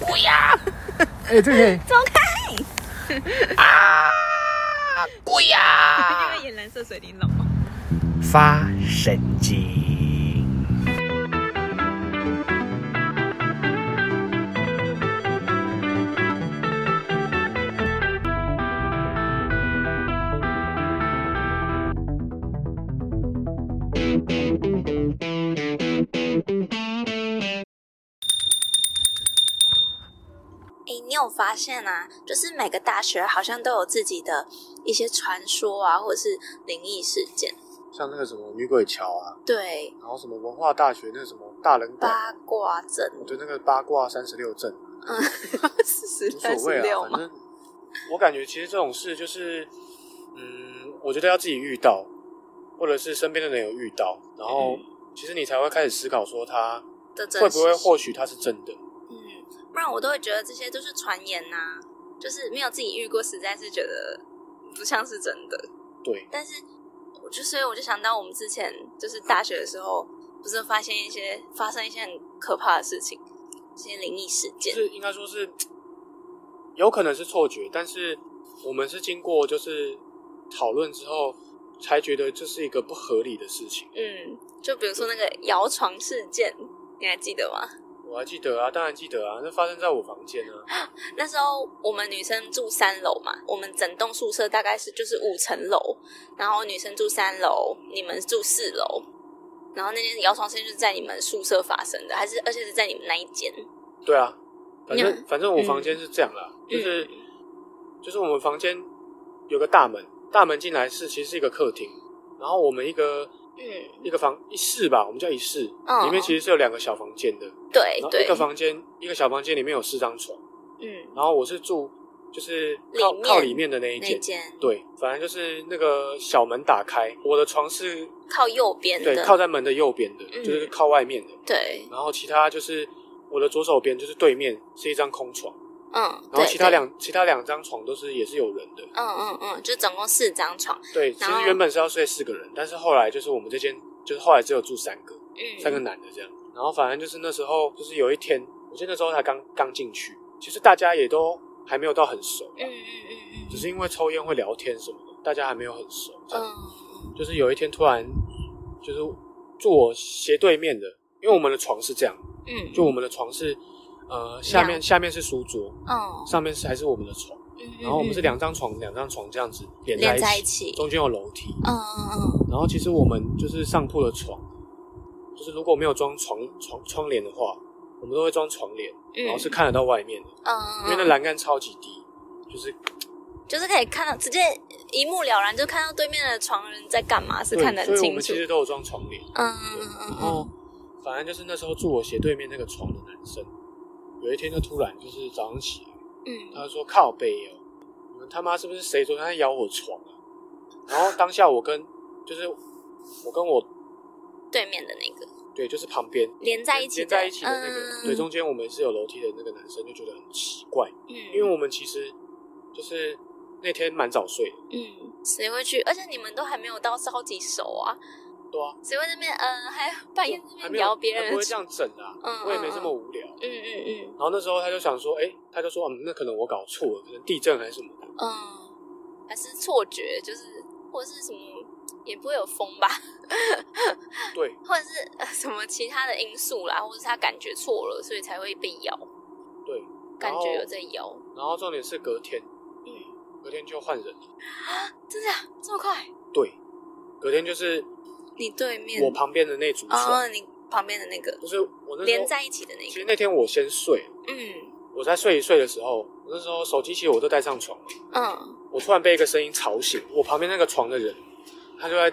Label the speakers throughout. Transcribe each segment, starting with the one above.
Speaker 1: 不要！哎，
Speaker 2: 这个
Speaker 1: 走开！
Speaker 2: 啊！不要！
Speaker 3: 啊
Speaker 1: 因为演蓝色水玲珑嘛。
Speaker 2: 发神经！
Speaker 1: 哎、你有发现啊？就是每个大学好像都有自己的一些传说啊，或者是灵异事件。
Speaker 3: 像那个什么女鬼桥啊，
Speaker 1: 对，
Speaker 3: 然后什么文化大学那个什么大人馆，
Speaker 1: 八卦阵，
Speaker 3: 我对那个八卦三十六阵
Speaker 1: 嗯，四十
Speaker 3: 无
Speaker 1: 三
Speaker 3: 所
Speaker 1: 十
Speaker 3: 谓
Speaker 1: 六
Speaker 3: 啊，
Speaker 1: 嘛
Speaker 3: 反。正我感觉其实这种事就是，嗯，我觉得要自己遇到，或者是身边的人有遇到，然后其实你才会开始思考说它
Speaker 1: 的真
Speaker 3: 会不会
Speaker 1: 实性
Speaker 3: 或许它是真的。
Speaker 1: 嗯，不然我都会觉得这些都是传言呐、就是没有自己遇过，实在是觉得不像是真的。
Speaker 3: 对，
Speaker 1: 但是，我就所以我就想到我们之前就是大学的时候，不是发现一些发生一些很可怕的事情，一些灵异事
Speaker 3: 就
Speaker 1: 件。
Speaker 3: 是应该说是有可能是错觉，但是我们是经过就是讨论之后才觉得这是一个不合理的事情。
Speaker 1: 嗯，就比如说那个摇床事件，你还记得吗？
Speaker 3: 我还记得啊，当然记得啊，那发生在我房间啊。
Speaker 1: 那时候我们女生住三楼嘛，我们整栋宿舍大概是就是五层楼，然后女生住三楼，你们住四楼，然后那件摇床事件就是在你们宿舍发生的，还是而且是在你们那一间。
Speaker 3: 对啊，反
Speaker 1: 嗯
Speaker 3: 正反正我房间是这样啦，就是就是我们房间有个大门，大门进来是其实是一个客厅，然后我们一个
Speaker 1: 嗯，
Speaker 3: 一个房一室吧，我们叫一室，
Speaker 1: 嗯
Speaker 3: 里面其实是有两个小房间的，
Speaker 1: 对
Speaker 3: 然后
Speaker 1: 对，
Speaker 3: 一个房间一个小房间里面有四张床，
Speaker 1: 嗯
Speaker 3: 然后我是住就是靠
Speaker 1: 里面
Speaker 3: 靠里面的那一
Speaker 1: 那一
Speaker 3: 间。
Speaker 1: 间
Speaker 3: 对，反正就是那个小门打开，我的床是
Speaker 1: 靠右边的，
Speaker 3: 对靠在门的右边的，
Speaker 1: 嗯
Speaker 3: 就是靠外面的。
Speaker 1: 对
Speaker 3: 然后其他就是我的左手边就是对面是一张空床，
Speaker 1: 嗯，
Speaker 3: 然后
Speaker 1: 对
Speaker 3: 其他
Speaker 1: 对
Speaker 3: 两其他两张床都是也是有人的。
Speaker 1: 嗯嗯嗯，就总共四张床，
Speaker 3: 对，其
Speaker 1: 然后
Speaker 3: 实原本是要睡四个人，但是后来就是我们这间就是后来只有住三个，
Speaker 1: 嗯，
Speaker 3: 三个男的这样。然后反正就是那时候就是有一天，我记得那时候才刚刚进去，其实大家也都还没有到很熟，
Speaker 1: 嗯嗯嗯嗯，
Speaker 3: 只是因为抽烟会聊天什么的，大家还没有很熟。这样
Speaker 1: 嗯
Speaker 3: 就是有一天突然就是住我斜对面的，因为我们的床是这样，
Speaker 1: 嗯，
Speaker 3: 就我们的床是呃下面下面是书桌，
Speaker 1: 嗯，
Speaker 3: 上面是还是我们的床，
Speaker 1: 嗯
Speaker 3: 然后我们是
Speaker 1: 嗯
Speaker 3: 两张床两张床这样子连
Speaker 1: 连
Speaker 3: 在
Speaker 1: 在一
Speaker 3: 一起，
Speaker 1: 起，
Speaker 3: 中间有楼梯。
Speaker 1: 嗯嗯
Speaker 3: 然后其实我们就是上铺的床，就是如果没有装床床窗帘的话，我们都会装床帘，
Speaker 1: 嗯，
Speaker 3: 然后是看得到外面的，
Speaker 1: 嗯，嗯
Speaker 3: 因为那栏杆超级低，就是
Speaker 1: 就是可以看到，直接一目了然，就看到对面的床人在干嘛，是
Speaker 3: 对
Speaker 1: 看得很
Speaker 3: 所以我
Speaker 1: 清
Speaker 3: 们
Speaker 1: 楚
Speaker 3: 其。实哦都有装床帘。
Speaker 1: 嗯
Speaker 3: 然
Speaker 1: 嗯
Speaker 3: 后
Speaker 1: 嗯，
Speaker 3: 反正就是那时候住我斜对面那个床的男生，有一天就突然就是早上起来。
Speaker 1: 嗯，
Speaker 3: 他就说靠背哦，你们他妈是不是谁昨天在咬我床啊？然后当下我跟就是我跟我
Speaker 1: 对面的那个
Speaker 3: 对就是旁边
Speaker 1: 连在一起
Speaker 3: 连在一起的那个、
Speaker 1: 嗯
Speaker 3: 对中间我们是有楼梯的那个男生就觉得很奇怪，
Speaker 1: 嗯，
Speaker 3: 因为我们其实就是那天蛮早睡的，
Speaker 1: 嗯，谁会去？而且你们都还没有到超级熟啊，
Speaker 3: 对啊，
Speaker 1: 谁会那边嗯还半夜那
Speaker 3: 还
Speaker 1: 边
Speaker 3: 没有
Speaker 1: 聊别
Speaker 3: 还
Speaker 1: 人
Speaker 3: 不
Speaker 1: 的
Speaker 3: 会
Speaker 1: 床？
Speaker 3: 这样整啊，
Speaker 1: 嗯
Speaker 3: 我也没这么
Speaker 1: 嗯
Speaker 3: 无聊。
Speaker 1: 嗯嗯
Speaker 3: 然后那时候他就想说，哎、他就说，嗯，那可能我搞错了，可能地震还是什么的。
Speaker 1: 嗯嗯，还是错觉，就是或者是什么。也不会有风吧，
Speaker 3: 对，
Speaker 1: 或者是、呃、什么其他的因素啦，或者是他感觉错了，所以才会被咬，
Speaker 3: 对，
Speaker 1: 感
Speaker 3: 然后
Speaker 1: 觉有在咬。
Speaker 3: 然后重点是隔天，
Speaker 1: 嗯，
Speaker 3: 隔天就换人了。
Speaker 1: 真的啊这么快？
Speaker 3: 对，隔天就是
Speaker 1: 你对面
Speaker 3: 我旁边的那组床，
Speaker 1: 哦，你旁边的那个
Speaker 3: 就是我那时候
Speaker 1: 连。在一起的那
Speaker 3: 其
Speaker 1: 个，
Speaker 3: 实那天我先睡，
Speaker 1: 嗯
Speaker 3: 我在睡一睡的时候，我那时候手机其实我都带上床了，
Speaker 1: 嗯
Speaker 3: 我突然被一个声音吵醒，我旁边那个床的人，他就在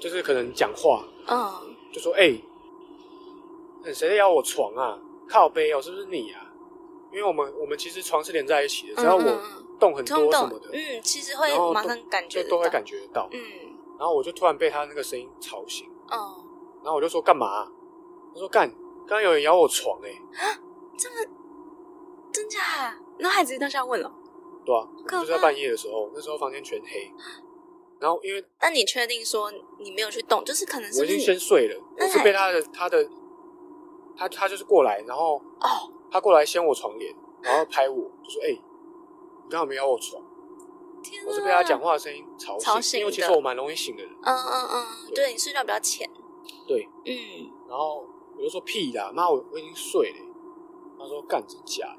Speaker 3: 就是可能讲话，
Speaker 1: 嗯，
Speaker 3: 就说：“哎、欸，谁在咬我床啊？靠背哦，是不是你啊？”因为我们我们其实床是连在一起的，只要
Speaker 1: 嗯
Speaker 3: 我
Speaker 1: 嗯嗯
Speaker 3: 动很
Speaker 1: 冲
Speaker 3: 多什么
Speaker 1: 动
Speaker 3: 的，，
Speaker 1: 嗯，其实会
Speaker 3: 然后
Speaker 1: 马
Speaker 3: 都
Speaker 1: 上感觉
Speaker 3: 就
Speaker 1: 得
Speaker 3: 都会
Speaker 1: 到
Speaker 3: 感觉得到。
Speaker 1: 嗯
Speaker 3: 然后我就突然被他那个声音吵醒。
Speaker 1: 哦，
Speaker 3: 然后我就说干嘛、啊他说干，刚刚有人咬我床哎、
Speaker 1: 真假？那孩子当下问了，
Speaker 3: 对啊，
Speaker 1: 可怕
Speaker 3: 就是在半夜的时候，那时候房间全黑，然后因为
Speaker 1: 那你确定说你没有去动，就是可能是不
Speaker 3: 我已经
Speaker 1: 是你
Speaker 3: 先睡了，
Speaker 1: 那
Speaker 3: 我
Speaker 1: 还
Speaker 3: 是被他的他的他他就是过来，然后
Speaker 1: 哦，
Speaker 3: 他过来掀我床帘，然后拍我，就说：“哎、你刚好没有我床。”
Speaker 1: 天
Speaker 3: 我是
Speaker 1: 啊
Speaker 3: 被他讲话的声音吵醒，
Speaker 1: 吵醒
Speaker 3: 因为其实
Speaker 1: 的
Speaker 3: 我蛮容易醒的人。
Speaker 1: 嗯嗯嗯，对你睡觉比较浅。
Speaker 3: 对，
Speaker 1: 嗯，
Speaker 3: 然后我就说屁啦，妈，我我已经睡了欸。他说干真假的？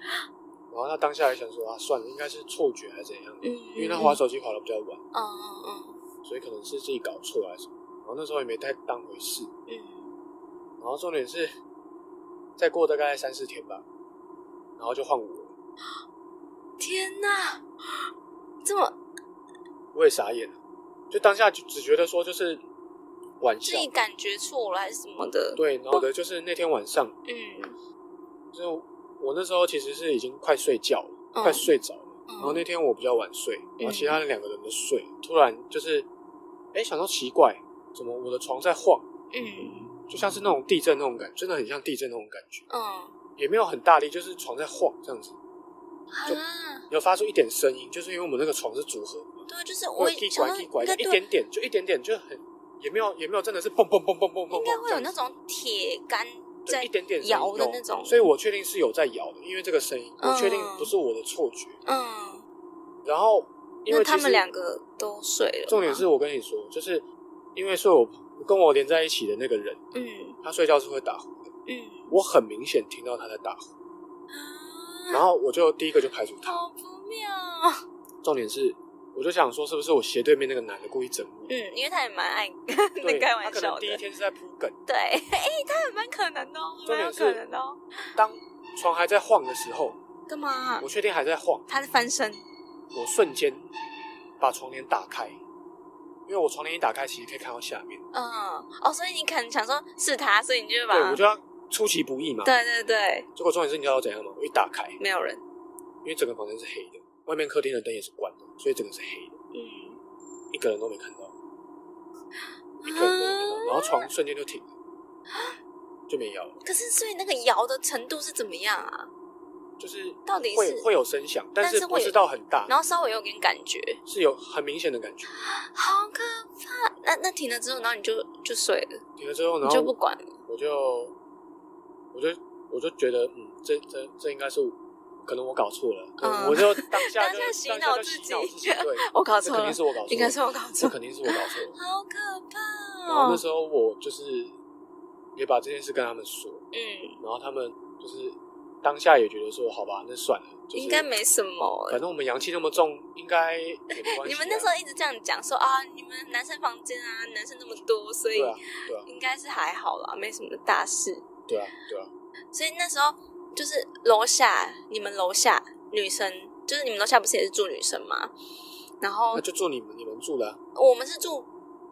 Speaker 3: 然后他当下也想说啊，算了，应该是错觉还是怎样的，
Speaker 1: 嗯
Speaker 3: 因为他滑手机滑的比较晚，
Speaker 1: 嗯嗯嗯
Speaker 3: 所以可能是自己搞错还是什么。然后那时候也没太当回事。
Speaker 1: 嗯，
Speaker 3: 然后重点是，再过大概三四天吧，然后就换我了，
Speaker 1: 天哪，这么
Speaker 3: 我也傻眼了，就当下就只觉得说就是玩
Speaker 1: 自
Speaker 3: 笑，
Speaker 1: 己感觉错了还是什么的？
Speaker 3: 对，然后我的就是那天晚上，
Speaker 1: 嗯，
Speaker 3: 就是我那时候其实是已经快睡觉了，
Speaker 1: 嗯
Speaker 3: 快睡着了。
Speaker 1: 嗯
Speaker 3: 然后那天我比较晚睡，然后其他的两个人都睡了，突然就是，哎、想到奇怪，怎么我的床在晃，
Speaker 1: 嗯
Speaker 3: 就像是那种地震那种感觉，真的很像地震那种感觉，
Speaker 1: 嗯
Speaker 3: 也没有很大力，就是床在晃这样子，就
Speaker 1: 啊，
Speaker 3: 有发出一点声音，就是因为我们那个床是组合的嘛，
Speaker 1: 对，啊就是
Speaker 3: 会
Speaker 1: 我
Speaker 3: 有地
Speaker 1: 想
Speaker 3: 拐
Speaker 1: 到
Speaker 3: 地拐，
Speaker 1: 应
Speaker 3: 就
Speaker 1: 该
Speaker 3: 一
Speaker 1: 对
Speaker 3: 点点，就一点点，就很也没有也没有真的是蹦蹦蹦蹦蹦蹦，
Speaker 1: 应该会有那
Speaker 3: 这样子
Speaker 1: 种铁杆
Speaker 3: 对
Speaker 1: 在
Speaker 3: 一点点声音
Speaker 1: 摇的
Speaker 3: 有
Speaker 1: 那种
Speaker 3: 所以我确定是有在摇的，因为这个声音，我确定
Speaker 1: 嗯
Speaker 3: 不是我的错觉。
Speaker 1: 嗯，
Speaker 3: 然后因
Speaker 1: 那
Speaker 3: 为其
Speaker 1: 他
Speaker 3: 实
Speaker 1: 们两个都睡了吗。
Speaker 3: 重点是我跟你说，就是因为睡我跟我连在一起的那个人，
Speaker 1: 嗯
Speaker 3: 他睡觉是会打呼的，
Speaker 1: 嗯
Speaker 3: 我很明显听到他在打呼，然
Speaker 1: 啊，
Speaker 3: 后我就第一个就排除他。
Speaker 1: 好不 妙。
Speaker 3: 重点是，我就想说是不是我斜对面那个男的故意整我？
Speaker 1: 嗯， 因为他也蛮爱
Speaker 3: 对，
Speaker 1: 跟开玩
Speaker 3: 他可
Speaker 1: 笑
Speaker 3: 能
Speaker 1: 的，
Speaker 3: 第一
Speaker 1: 对，
Speaker 3: 天是在铺梗，
Speaker 1: 哎、他也蛮可能的、哦，
Speaker 3: 重
Speaker 1: 蛮
Speaker 3: 点
Speaker 1: 有
Speaker 3: 是
Speaker 1: 可能的、哦。
Speaker 3: 当床还在晃的时候，
Speaker 1: 干嘛
Speaker 3: 我？确定还在晃，
Speaker 1: 他在翻身。
Speaker 3: 我瞬间把床帘打开，因为我床帘一打开，其实可以看到下面，
Speaker 1: 嗯，哦，所以你可能想说是他，所以你就把
Speaker 3: 对我就要出其不意嘛。
Speaker 1: 对对对，
Speaker 3: 结果重点是，你知道我怎样吗？我一打开，
Speaker 1: 没有人。
Speaker 3: 因为整个房间是黑的，外面客厅的灯也是关的，所以整个是黑的，
Speaker 1: 嗯，
Speaker 3: 一个人都没看
Speaker 1: 啊
Speaker 3: 到，一个人都没看到，然后床瞬间就停了，就没摇了，
Speaker 1: 可是所以那个摇的程度是怎么样啊？
Speaker 3: 就是
Speaker 1: 到底
Speaker 3: 会
Speaker 1: 是
Speaker 3: 会有声响，
Speaker 1: 但
Speaker 3: 但
Speaker 1: 是
Speaker 3: 是
Speaker 1: 会
Speaker 3: 不知道很大，
Speaker 1: 然后稍微有点感觉，
Speaker 3: 是有很明显的感觉。
Speaker 1: 好可怕。那那停了之后，然后你就就睡了，
Speaker 3: 停了之后，
Speaker 1: 你
Speaker 3: 然
Speaker 1: 就不
Speaker 3: 后
Speaker 1: 管了。
Speaker 3: 我就我就我就觉得，嗯，这这这应该是我可能我搞错了，对
Speaker 1: 嗯
Speaker 3: 我就当下 就
Speaker 1: 当下洗
Speaker 3: 当
Speaker 1: 脑
Speaker 3: 下就
Speaker 1: 自
Speaker 3: 洗
Speaker 1: 己
Speaker 3: 脑自己，对，
Speaker 1: 我 搞
Speaker 3: 这
Speaker 1: 错了
Speaker 3: 肯定，是我搞错了，
Speaker 1: 应该是我搞错
Speaker 3: 这，肯定是我搞错了。
Speaker 1: 好可怕
Speaker 3: 然后那
Speaker 1: 哦。
Speaker 3: 时候我就是也把这件事跟他们说，
Speaker 1: 嗯，
Speaker 3: 然后他们就是当下也觉得说，好吧，那算了，就是
Speaker 1: 应该没什么。
Speaker 3: 反正我们阳气那么重，应该也没关系啊、
Speaker 1: 你们那时候一直这样讲说啊，你们男生房间啊，男生那么多，所以
Speaker 3: 对啊，对啊，
Speaker 1: 应该是还好啦，没什么大事。
Speaker 3: 对啊，对啊，
Speaker 1: 所以那时候就是楼下，你们楼下女生，就是你们楼下不是也是住女生吗？然后
Speaker 3: 那就住你们你们住的、啊，
Speaker 1: 我们是住，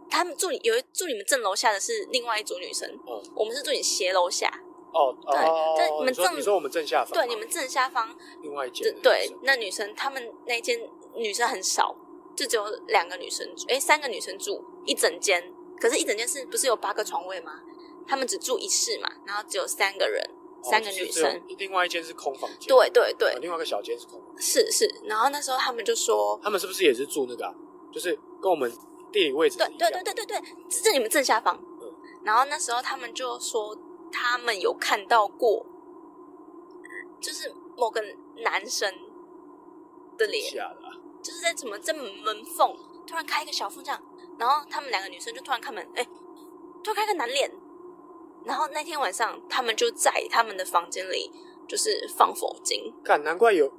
Speaker 1: 他们住你有一住你们正楼下的是另外一组女生，
Speaker 3: 嗯
Speaker 1: 我们是住你斜楼下，
Speaker 3: 哦哦
Speaker 1: 对
Speaker 3: 哦，
Speaker 1: 但
Speaker 3: 哦
Speaker 1: 你们
Speaker 3: 你说
Speaker 1: 正
Speaker 3: 你说我们正下方吗，
Speaker 1: 对，你们正下方，
Speaker 3: 另外一
Speaker 1: 这
Speaker 3: 间的
Speaker 1: 对
Speaker 3: 是
Speaker 1: 那女生，他们那间女生很少，就只有两个女生住，诶，三个女生住一整间，可是一整间是不是有八个床位吗？他们只住一室嘛，然后只有三个人，三个
Speaker 3: 哦就是
Speaker 1: 女
Speaker 3: 只有
Speaker 1: 生，
Speaker 3: 另外一间是空房间，
Speaker 1: 对对
Speaker 3: 哦
Speaker 1: 对，
Speaker 3: 另外一个小间是空房间，
Speaker 1: 是是。然后那时候他们就说，
Speaker 3: 他们是不是也是住那个、啊？就是跟我们地理位置
Speaker 1: 对
Speaker 3: 是一
Speaker 1: 对
Speaker 3: 样
Speaker 1: 对对对对，这是你们正下方。
Speaker 3: 嗯
Speaker 1: 然后那时候他们就说他们有看到过，就是某个男生的脸，
Speaker 3: 下的啊、
Speaker 1: 就是在怎么在门缝突然开一个小缝这样，然后他们两个女生就突然开门，哎、突然开个男脸。然后那天晚上，他们就在他们的房间里就是放佛经。
Speaker 3: 看难怪有，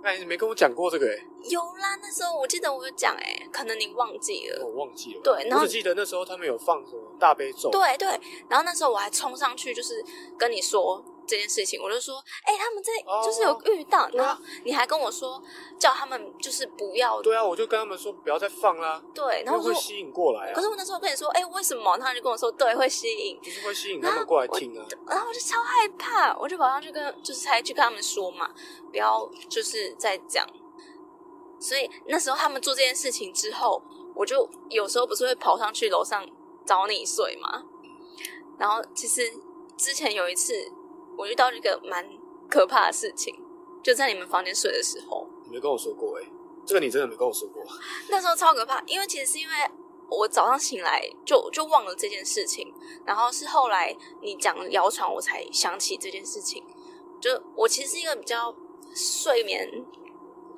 Speaker 3: 哎，你没跟我讲过这个哎、
Speaker 1: 有啦，那时候我记得我有讲，哎，可能你忘记了。
Speaker 3: 我忘记了。
Speaker 1: 对然后
Speaker 3: 我只记得那时候他们有放什么大悲咒，
Speaker 1: 对对，然后那时候我还冲上去，就是跟你说这件事情，我就说，哎、他们在
Speaker 3: 哦
Speaker 1: 就是有遇到，
Speaker 3: 对啊
Speaker 1: 然后你还跟我说叫他们就是不要
Speaker 3: 对啊，我就跟他们说不要再放啦，
Speaker 1: 对，然后
Speaker 3: 因
Speaker 1: 我说，
Speaker 3: 为会吸引过来
Speaker 1: 可
Speaker 3: 啊，
Speaker 1: 是我那时候跟你说，哎、为什么？然后你就跟我说，对，会吸引，
Speaker 3: 就是会吸引他们过来听啊。
Speaker 1: 然后我就超害怕，我就马上去跟就是才去跟他们说嘛，不要就是再讲。所以那时候他们做这件事情之后，我就有时候不是会跑上去楼上找你睡嘛。然后其实之前有一次我遇到一个蛮可怕的事情，就在你们房间睡的时候，
Speaker 3: 你没跟我说过哎、这个你真的没跟我说过。啊
Speaker 1: 那时候超可怕，因为其实是因为我早上醒来就就忘了这件事情，然后是后来你讲摇床我才想起这件事情，就我其实是一个比较睡眠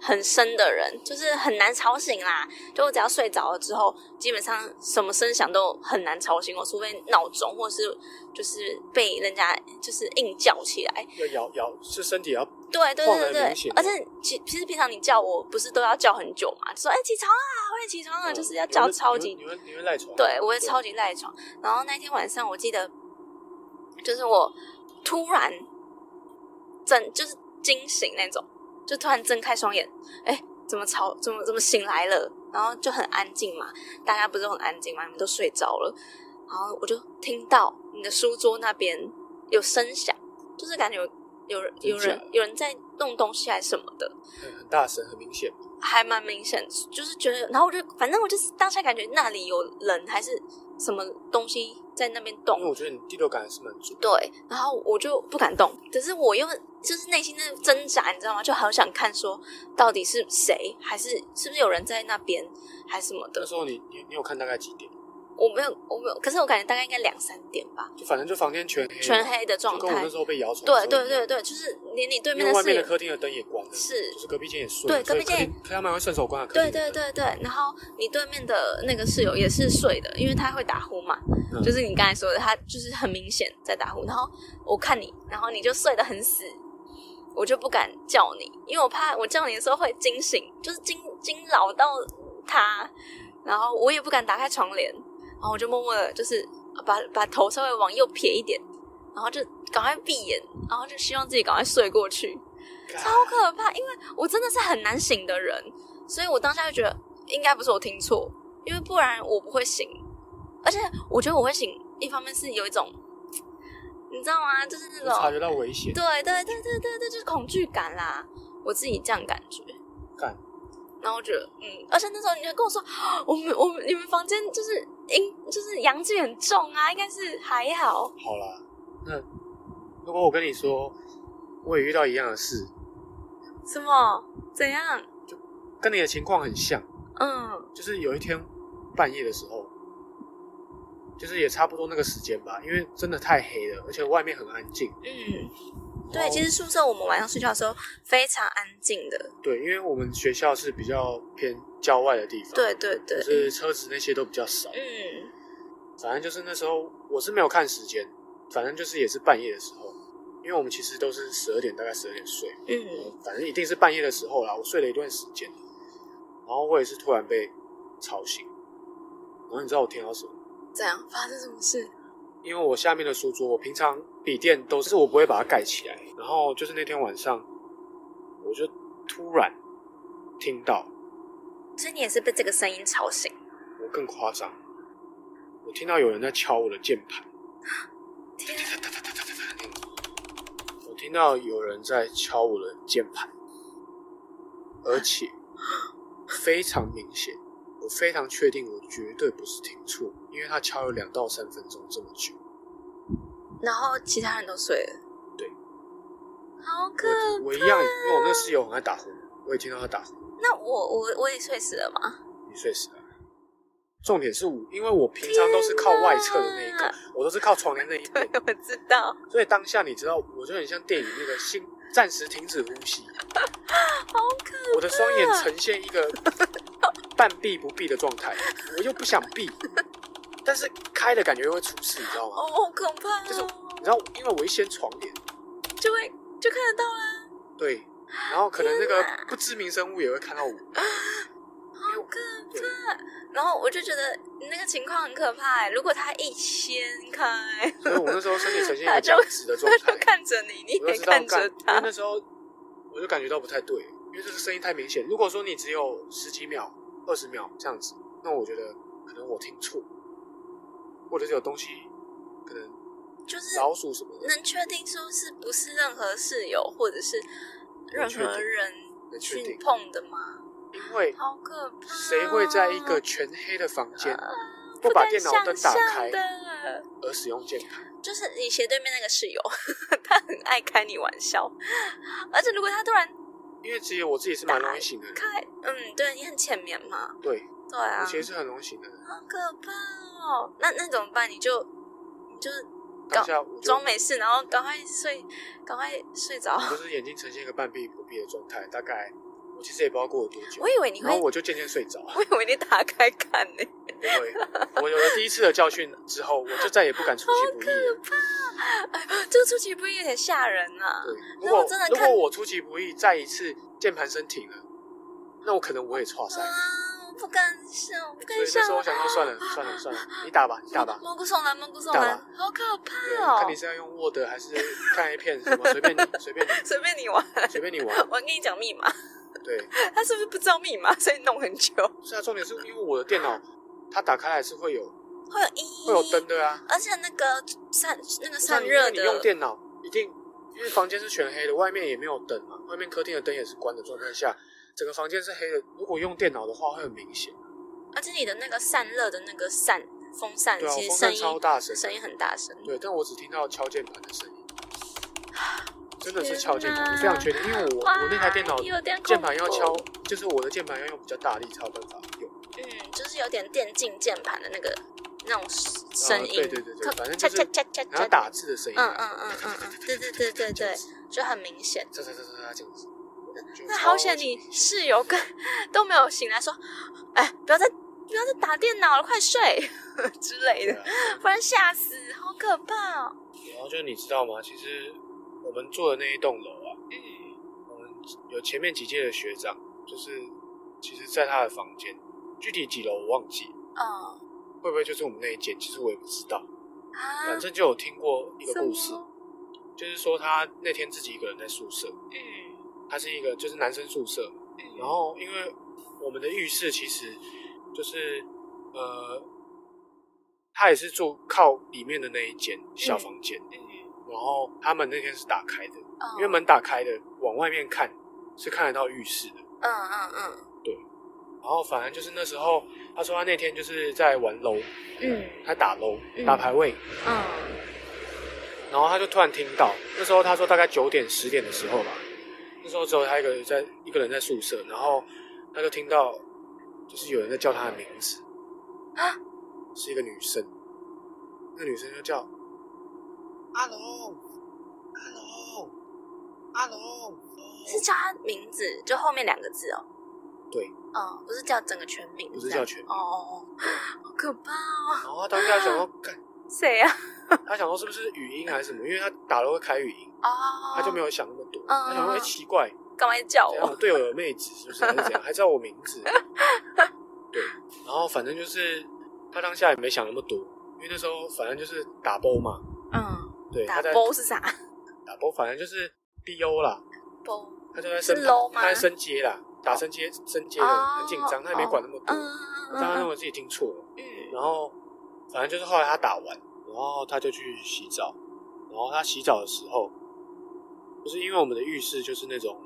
Speaker 1: 很深的人，就是很难吵醒啦。就我只要睡着了之后，基本上什么声响都很难吵醒我，除非闹钟或是就是被人家就是硬叫起来。
Speaker 3: 要摇摇，是身体要
Speaker 1: 对对
Speaker 3: 晃
Speaker 1: 对
Speaker 3: 得
Speaker 1: 对
Speaker 3: 明显
Speaker 1: 而且其其实平常你叫我不是都要叫很久嘛，就说哎、起床啊，快起
Speaker 3: 嗯
Speaker 1: 床啊，就是要叫超级
Speaker 3: 呃你会你会你会赖床，啊
Speaker 1: 对，我会超级赖床。然后那天晚上，我记得就是我突然睁，就是惊醒那种，就突然睁开双眼，哎，怎么吵，怎么怎么醒来了？然后就很安静嘛，大家不是都很安静嘛，你们都睡着了。然后我就听到你的书桌那边有声响，就是感觉有有人有
Speaker 3: 真假
Speaker 1: 人有人在弄东西还是什么的，
Speaker 3: 很很大声，很明显。
Speaker 1: 还蛮明显，就是觉得，然后我就反正我就是当下感觉那里有人还是什么东西在那边
Speaker 3: 因为
Speaker 1: 动，
Speaker 3: 我觉得你第六感还是蛮足，
Speaker 1: 对，然后我就不敢动，可是我又就是内心在挣扎，你知道吗？就好想看说到底是谁，还是是不是有人在那边，还是什么
Speaker 3: 那
Speaker 1: 的。
Speaker 3: 时候你你你有看大概几点？
Speaker 1: 我没有，我没有，可是我感觉大概应该两三点吧，
Speaker 3: 就反正就房间全黑，啊
Speaker 1: 全，黑的状
Speaker 3: 嗯就跟我
Speaker 1: 态
Speaker 3: 那。时候被摇床的时
Speaker 1: 对
Speaker 3: 候一样。
Speaker 1: 对对对，就是连你对
Speaker 3: 因
Speaker 1: 面
Speaker 3: 为
Speaker 1: 的
Speaker 3: 外
Speaker 1: 室
Speaker 3: 面的
Speaker 1: 友，
Speaker 3: 客厅的灯也关了，
Speaker 1: 是
Speaker 3: 就是隔壁间也睡，
Speaker 1: 对隔壁
Speaker 3: 所以
Speaker 1: 间也
Speaker 3: 客厅他们会顺手关了客
Speaker 1: 对
Speaker 3: 厅
Speaker 1: 对
Speaker 3: 的灯。
Speaker 1: 对对，然后你对面的那个室友也是睡的，因为他会打呼嘛，
Speaker 3: 嗯
Speaker 1: 就是你刚才说的，他就是很明显在打呼。然后我看你，然后你就睡得很死，我就不敢叫你，因为我怕我叫你的时候会惊醒，就是惊惊扰到他。然后我也不敢打开床帘，然后我就默默的，就是把把头稍微往右撇一点，然后就赶快闭眼，然后就希望自己赶快睡过去。
Speaker 3: 干
Speaker 1: 超可怕，因为我真的是很难醒的人，所以我当下就觉得应该不是我听错，因为不然我不会醒。而且我觉得我会醒，一方面是有一种，你知道吗？就是那
Speaker 3: 就察
Speaker 1: 种
Speaker 3: 觉到危险，
Speaker 1: 对对对对对对，就是恐惧感啦，我自己这样感觉。
Speaker 3: 干
Speaker 1: 然后我觉得，嗯，而且那时候你就跟我说，啊我们我们你们房间就是阴就是阳气很重啊，应该是还好。
Speaker 3: 好啦。那如果我跟你说，我也遇到一样的事，
Speaker 1: 什么？怎样？
Speaker 3: 跟你的情况很像，
Speaker 1: 嗯
Speaker 3: 就是有一天半夜的时候，就是也差不多那个时间吧，因为真的太黑了，而且外面很安静。
Speaker 1: 嗯，
Speaker 3: 然
Speaker 1: 对，
Speaker 3: 后
Speaker 1: 其实宿舍我们晚上睡觉的时候非常安静的，
Speaker 3: 对，因为我们学校是比较偏郊外的地方，，
Speaker 1: 对对对
Speaker 3: 就，是车子那些都比较少。
Speaker 1: 嗯
Speaker 3: 反正就是那时候我是没有看时间，反正就是也是半夜的时候，因为我们其实都是十二点大概十二点睡，
Speaker 1: 嗯
Speaker 3: 反正一定是半夜的时候啦。我睡了一段时间，然后我也是突然被吵醒，然后你知道我听到什么？
Speaker 1: 这样发生什么事？
Speaker 3: 因为我下面的书桌，我平常笔电都是我不会把它盖起来，然后就是那天晚上，我就突然听到，
Speaker 1: 所以你也是被这个声音吵醒，
Speaker 3: 我更夸张，我听到有人在敲我的键盘。
Speaker 1: 天啊，
Speaker 3: 我听到有人在敲我的键盘，而且非常明显，我非常确定，我绝对不是听错，因为他敲了两到三分钟这么久，
Speaker 1: 然后其他人都睡了，
Speaker 3: 对，
Speaker 1: 好可
Speaker 3: 我我一样，因为我那个室友很爱打呼，我也听到他打呼，
Speaker 1: 那我我我也睡死了吗？
Speaker 3: 你睡死了。重点是我，因为我平常都是靠外侧的那一
Speaker 1: 天啊
Speaker 3: 个，我都是靠床帘那一边，
Speaker 1: 我知道，
Speaker 3: 所以当下你知道，我就很像电影那个心暂时停止呼吸，
Speaker 1: 好可
Speaker 3: 我的双眼呈现一个半闭不闭的状态，我又不想闭，但是开的感觉又会出事，你知道吗？
Speaker 1: 哦，好可怕
Speaker 3: 就是
Speaker 1: 哦
Speaker 3: 你，知道，因为我一掀床帘，
Speaker 1: 就会就看得到啦，
Speaker 3: 对，然后可能那个不知名生物也会看到我，
Speaker 1: 好可怕。然后我就觉得那个情况很可怕、欸，如果他一掀开，
Speaker 3: 所以我那时候身体呈现一
Speaker 1: 他
Speaker 3: 个
Speaker 1: 就
Speaker 3: 僵直的状
Speaker 1: 就
Speaker 3: 态，
Speaker 1: 看着你，你
Speaker 3: 我
Speaker 1: 也
Speaker 3: 就知道
Speaker 1: 看
Speaker 3: 干，
Speaker 1: 着
Speaker 3: 因为
Speaker 1: 他，
Speaker 3: 那时候我就感觉到不太对，因为这个声音太明显。如果说你只有十几秒、二十秒这样子，那我觉得可能我听错，或者是有东西，可能
Speaker 1: 就是
Speaker 3: 老鼠什么的。
Speaker 1: 能确定说是不是任何室友或者是任何人
Speaker 3: 能确
Speaker 1: 去
Speaker 3: 定，
Speaker 1: 碰的吗？
Speaker 3: 因为
Speaker 1: 好可怕哦！
Speaker 3: 谁会在一个全黑的房间
Speaker 1: 不
Speaker 3: 不把
Speaker 1: 啊敢
Speaker 3: 电脑灯打
Speaker 1: 想象
Speaker 3: 开
Speaker 1: 的？
Speaker 3: 而使用键盘？
Speaker 1: 就是你斜对面那个室友， 他很爱开你玩笑，而且如果他突然
Speaker 3: 因为其实我自己是蛮容易醒的人，
Speaker 1: 开，嗯，对你很浅眠嘛，
Speaker 3: 对
Speaker 1: 对啊
Speaker 3: 我，其实是很容易醒的人。
Speaker 1: 好可怕哦！那那怎么办？你就你就
Speaker 3: 当下我就
Speaker 1: 装没事，然后赶快睡，赶快睡 着。
Speaker 3: 就是眼睛呈现一个半闭不闭的状态，大概我其实也不知道过了多久
Speaker 1: 我，以为你
Speaker 3: 然
Speaker 1: 会
Speaker 3: 后，我就渐渐睡着。
Speaker 1: 我以为你打开看 呢、
Speaker 3: 不会，我有了第一次的教训之后，我就再也不敢出其不意了。
Speaker 1: 哎，这个出其不意有点吓人啊！
Speaker 3: 对，如
Speaker 1: 那我
Speaker 3: 果
Speaker 1: 真的
Speaker 3: 如
Speaker 1: 看
Speaker 3: 果我出其不意，再一次键盘声停了，那我可能我也错塞。
Speaker 1: 啊，我不敢想，我不
Speaker 3: 所
Speaker 1: 敢
Speaker 3: 以
Speaker 1: 想
Speaker 3: 那时。候我想说，算了算了算了，你打吧，你打吧。
Speaker 1: 蘑菇送来，蘑菇送
Speaker 3: 打
Speaker 1: 来
Speaker 3: 吧，
Speaker 1: 好可
Speaker 3: 对，
Speaker 1: 怕
Speaker 3: 看
Speaker 1: 哦
Speaker 3: 你！是要用 Word 还是看 A 片什么，随便你，随便你，
Speaker 1: 随便你玩，
Speaker 3: 随便你玩。
Speaker 1: 我跟你讲密码，
Speaker 3: 对，
Speaker 1: 他是不是不知道密码， 所以弄很久，
Speaker 3: 是啊，重点是因为我的电脑它打开来是会有
Speaker 1: 会有一
Speaker 3: 会有灯，的啊，
Speaker 1: 而且那个散那个
Speaker 3: 不然
Speaker 1: 散
Speaker 3: 你
Speaker 1: 热
Speaker 3: 因为你用
Speaker 1: 的，
Speaker 3: 电脑一定，因为房间是全黑的，外面也没有灯嘛，外面客厅的灯也是关的状态下，整个房间是黑的。如果用电脑的话会很明显，
Speaker 1: 而且你的那个散热的那个扇风扇，
Speaker 3: 对啊，
Speaker 1: 其实
Speaker 3: 风
Speaker 1: 声
Speaker 3: 扇
Speaker 1: 音
Speaker 3: 超大声的，
Speaker 1: 声音很大声。
Speaker 3: 对，但我只听到敲键盘的声音，真的是
Speaker 1: 天
Speaker 3: 敲键盘，
Speaker 1: 哪
Speaker 3: 我非常确定，因为我
Speaker 1: 哇
Speaker 3: 我那台电脑
Speaker 1: 有点恐怖
Speaker 3: 键盘要敲，就是我的键盘要用比较大力才有办法用。
Speaker 1: 嗯，就是有点电竞键盘的那个那种声音，
Speaker 3: 啊对对对对
Speaker 1: 咔
Speaker 3: 反正
Speaker 1: 恰
Speaker 3: 就是
Speaker 1: 恰恰恰
Speaker 3: 然
Speaker 1: 恰
Speaker 3: 后打，字的声音，啊
Speaker 1: 嗯嗯嗯嗯嗯，对对对对对，就很明显。
Speaker 3: 哒哒哒哒哒这样子。就
Speaker 1: 嗯那好
Speaker 3: 超
Speaker 1: 险，
Speaker 3: 级
Speaker 1: 你室友跟都没有醒来说，哎，不要再不要再打电脑了，快睡 之类
Speaker 3: 对
Speaker 1: 的，
Speaker 3: 啊
Speaker 1: 不然吓死，好可怕哦。
Speaker 3: 然后就是你知道吗？其实我们住的那一栋楼啊，
Speaker 1: 嗯
Speaker 3: 我们有前面几届的学长，就是其实在他的房间，具体几楼我忘记，
Speaker 1: 嗯
Speaker 3: 会不会就是我们那一间？其实我也不知道，
Speaker 1: 啊
Speaker 3: 反，正就有听过一个
Speaker 1: 什
Speaker 3: 故事，
Speaker 1: 么
Speaker 3: 就是说他那天自己一个人在宿舍，
Speaker 1: 嗯
Speaker 3: 他是一个就是男生宿舍，
Speaker 1: 嗯
Speaker 3: 然后因为我们的浴室其实就是呃，他也是住靠里面的那一间小房间，
Speaker 1: 嗯，
Speaker 3: 然后他们那天是打开的。
Speaker 1: 嗯
Speaker 3: 因为门打开的，往外面看是看得到浴室的。
Speaker 1: 嗯嗯嗯
Speaker 3: 然后反正就是那时候，他说他那天就是在玩 LO，
Speaker 1: 嗯
Speaker 3: 他打 LO
Speaker 1: 嗯
Speaker 3: 打排位，
Speaker 1: 嗯
Speaker 3: 然后他就突然听到，那时候他说大概九点十点的时候吧，那时候只有他一个人在一个人在宿舍，然后他就听到就是有人在叫他的名字，
Speaker 1: 啊，
Speaker 3: 是一个女生，那女生就叫阿龙，阿龙，阿龙，
Speaker 1: 是叫他名字，就后面两个字哦。
Speaker 3: 对，
Speaker 1: 嗯，不是叫整个全名，
Speaker 3: 不是
Speaker 1: 这样
Speaker 3: 叫全名
Speaker 1: 哦哦，哦好可怕哦！
Speaker 3: 然后他当下 想说，干。
Speaker 1: 谁啊？
Speaker 3: 他想说是不是语音还是什么，因为他打了会开语音，
Speaker 1: 哦，
Speaker 3: 他就没有想那么多。
Speaker 1: 嗯
Speaker 3: 他想说，哎，奇怪，
Speaker 1: 赶快叫
Speaker 3: 怎样我
Speaker 1: 我。
Speaker 3: 队友有妹子是不是还是怎样，还知道我名字？对，然后反正就是他当下也没想那么多，因为那时候反正就是打包嘛，
Speaker 1: 嗯，
Speaker 3: 对，他
Speaker 1: 打
Speaker 3: 在
Speaker 1: 包是啥？
Speaker 3: 打包，反正就是 B O 啦，
Speaker 1: 包。
Speaker 3: 他就在升
Speaker 1: 是 low 吗
Speaker 3: 他在升阶啦，打升阶升阶的
Speaker 1: 哦
Speaker 3: 很紧张，他也没管那么多，
Speaker 1: 嗯
Speaker 3: 他认
Speaker 1: 嗯
Speaker 3: 为自己听错了。
Speaker 1: 嗯
Speaker 3: 然后反正就是后来他打完，然后他就去洗澡，然后他洗澡的时候，就是因为我们的浴室就是那种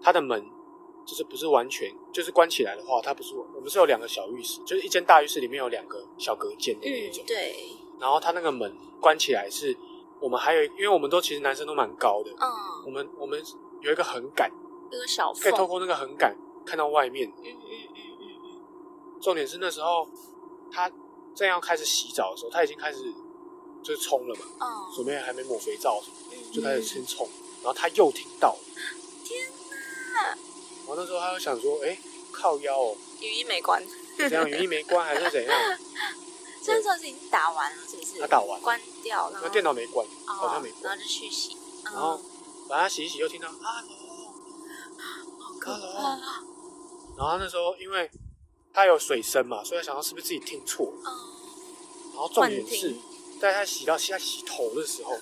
Speaker 3: 它的门就是不是完全就是关起来的话，它不是我们是有两个小浴室，就是一间大浴室里面有两个小隔间的那一种
Speaker 1: 嗯，，对，
Speaker 3: 然后它那个门关起来是我们还有，因为我们都其实男生都蛮高的，
Speaker 1: 嗯，
Speaker 3: 我们我们有一个横杆，
Speaker 1: 有个小
Speaker 3: 可以透
Speaker 1: 缝。
Speaker 3: 过那个横杆看到外面。
Speaker 1: 嗯嗯嗯
Speaker 3: 重点是那时候他正要开始洗澡的时候，他已经开始就是冲了嘛，
Speaker 1: 嗯嗯
Speaker 3: 准备还没抹肥皂什么，
Speaker 1: 嗯，
Speaker 3: 就开始先冲，然后他又听到，天哪！我那时候他就想说，哎、靠腰 哦，
Speaker 1: 语音没关，
Speaker 3: 怎样语音没关还是怎样？
Speaker 1: 这时候是已经打完了，是不是？
Speaker 3: 他打完
Speaker 1: 关掉，然后
Speaker 3: 那电脑没关，
Speaker 1: 哦
Speaker 3: 好像没关，
Speaker 1: 然后就去洗，嗯然
Speaker 3: 然后把他洗一洗又听到啊，
Speaker 1: 可
Speaker 3: 然
Speaker 1: 怕哦
Speaker 3: 后，然后他那时候因为他有水声嘛，所以他想到是不是自己听错了，
Speaker 1: 嗯，
Speaker 3: 然后重
Speaker 1: 幻
Speaker 3: 点是
Speaker 1: 听。
Speaker 3: 在他洗到现在洗头的时候，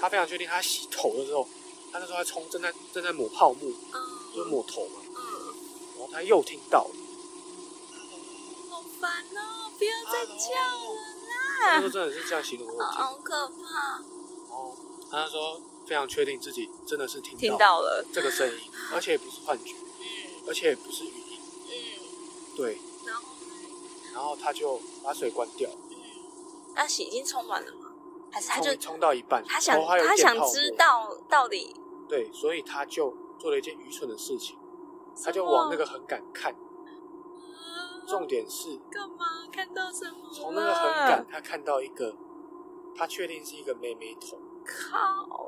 Speaker 3: 他非常确定他洗头的时候，他那时候还冲正在正在抹泡沫，就是
Speaker 1: 嗯
Speaker 3: 抹头嘛，
Speaker 1: 嗯，
Speaker 3: 然后他又听到了，
Speaker 1: 好烦哦！不要再叫了啦，
Speaker 3: 他说真的是这样形容我听，
Speaker 1: 好可怕。
Speaker 3: 然后他说非常确定自己真的是听
Speaker 1: 听
Speaker 3: 到
Speaker 1: 到了，
Speaker 3: 这个声音，而且也不是幻觉，
Speaker 1: 嗯
Speaker 3: 而且也不是语音，
Speaker 1: 嗯，
Speaker 3: 对，
Speaker 1: 然后呢？
Speaker 3: 然后他就把水关掉，
Speaker 1: 嗯，那洗已经冲完了吗？还是他就
Speaker 3: 冲冲到一半，
Speaker 1: 他想
Speaker 3: 然哦后还有一
Speaker 1: 他
Speaker 3: 点
Speaker 1: 想
Speaker 3: 泡沫
Speaker 1: 知，道到底
Speaker 3: 对，所以他就做了一件愚蠢的事情，他就
Speaker 1: 什么
Speaker 3: 往那个横杆看，
Speaker 1: 啊
Speaker 3: 重点是。
Speaker 1: 干嘛看到什么了？啊
Speaker 3: 从那个横杆，他看到一个他确定是一个妹妹头，
Speaker 1: 靠